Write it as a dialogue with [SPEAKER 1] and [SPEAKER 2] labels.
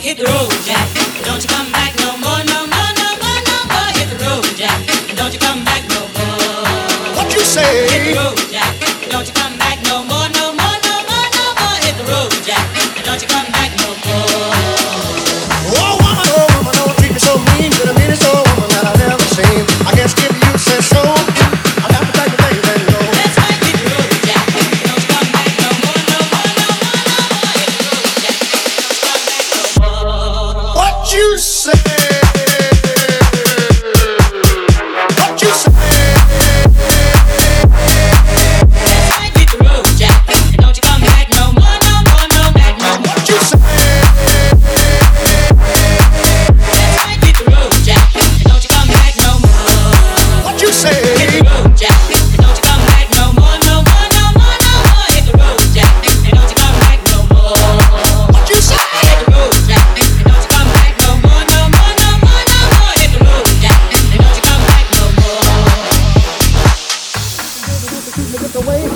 [SPEAKER 1] hit the road, Jack. And don't you come back no more, no more, no more, no more. Hit the road, Jack. And don't you come back no more.
[SPEAKER 2] What you say? Oh,
[SPEAKER 1] Hit the road, Jack. And don't you come back no more, no more, no more, no more. Hit the road, Jack. And don't you come back no more.
[SPEAKER 2] Oh woman, oh woman, don't treat me so mean. You're the meanest old woman that I've ever seen. I guess if you say so, I'll have to take the bait and go.
[SPEAKER 1] That's right, hit the road, Jack. And don't you come back no more, no more, no more, no more. Hit the road, Jack. And don't you come back no more.
[SPEAKER 2] oh, What you say? What you say?
[SPEAKER 1] That's right, hit the road, Jack. And don't you come back no more, no more, no back no more.
[SPEAKER 2] What you say?
[SPEAKER 1] That's right, hit the road, Jack. And don't you come back no more.
[SPEAKER 2] What you say?
[SPEAKER 1] Hit the road, Jack. And don't you come back no more, no more, no more, no more. Hit the road, Jack. And don't you come back no more.
[SPEAKER 2] What you say?
[SPEAKER 1] Hit the road, Jack. And don't you come back no more, no more, no more, no more. Hit the road, Jack. And don't you come back no more.